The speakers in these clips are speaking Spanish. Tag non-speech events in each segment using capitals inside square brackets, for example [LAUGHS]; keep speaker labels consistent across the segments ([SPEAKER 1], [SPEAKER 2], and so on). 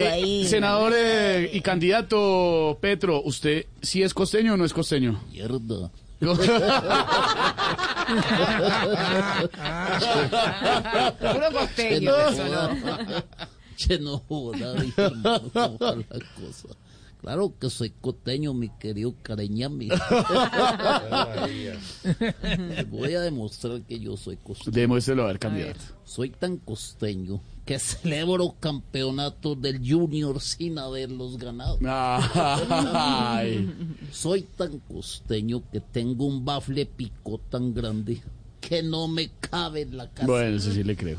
[SPEAKER 1] Eh, senador eh, y candidato Petro, ¿usted sí es costeño o no es costeño?
[SPEAKER 2] Mierda.
[SPEAKER 3] Puro costeño.
[SPEAKER 2] Che, no jodas, hermano, cómo va la cosa. Claro que soy costeño, mi querido careñami. Te voy a demostrar que yo soy costeño.
[SPEAKER 1] Demuéstrelo a ver, candidato.
[SPEAKER 2] Soy tan costeño que celebro campeonatos del Junior sin haberlos ganado.
[SPEAKER 1] Ay.
[SPEAKER 2] Soy tan costeño que tengo un bafle picó tan grande que no me cabe en la casa.
[SPEAKER 1] Bueno, eso sí le creo.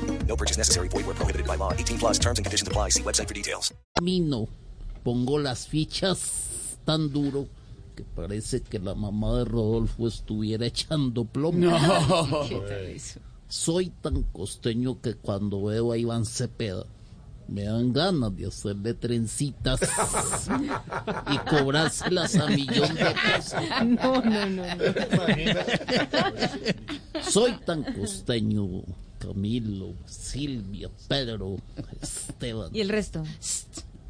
[SPEAKER 4] No purchase necessary. Void where prohibited by law. 18 plus terms and conditions apply. See website for details.
[SPEAKER 2] camino, pongo las fichas tan duro que parece que la mamá de Rodolfo estuviera echando plomo. Soy tan costeño que cuando veo a Iván Cepeda me dan ganas de hacerle trencitas y cobrárselas a millón de pesos.
[SPEAKER 3] [LAUGHS] No, no, no. no.
[SPEAKER 2] Soy tan costeño, Camilo, Silvia, Pedro, Esteban,
[SPEAKER 3] ¿Y el resto?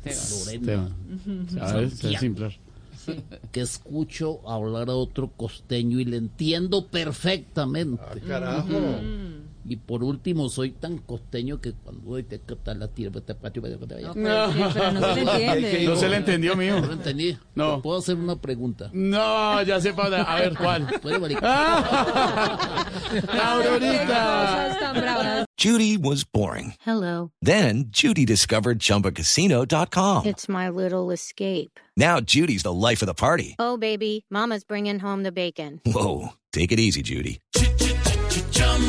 [SPEAKER 2] Lorena.
[SPEAKER 1] Esteban. ¿Sabes? Es simple.
[SPEAKER 2] que escucho hablar a otro costeño y le entiendo perfectamente.
[SPEAKER 1] Ah,
[SPEAKER 2] Y por último, soy tan costeño que cuando voy te captar la tira, te patio, te patio. No
[SPEAKER 3] Pero sí, pero no se le entiende.
[SPEAKER 1] No se le entendió mío.
[SPEAKER 2] lo entendí.
[SPEAKER 1] No.
[SPEAKER 2] ¿Te puedo hacer una
[SPEAKER 1] [LAUGHS]
[SPEAKER 2] pregunta.
[SPEAKER 1] No, ya sé para. A ver, ¿cuál?
[SPEAKER 2] ¿Puedes, marica?
[SPEAKER 1] Aurorita.
[SPEAKER 3] Cosas tan bravas.
[SPEAKER 4] Judy was boring.
[SPEAKER 5] Hello,
[SPEAKER 4] Then Judy discovered ChumbaCasino.com.
[SPEAKER 5] it's my little escape.
[SPEAKER 4] Now Judy's the life of the party.
[SPEAKER 5] Oh, baby, Mama's bringing home the bacon.
[SPEAKER 4] Whoa, take it easy, Judy.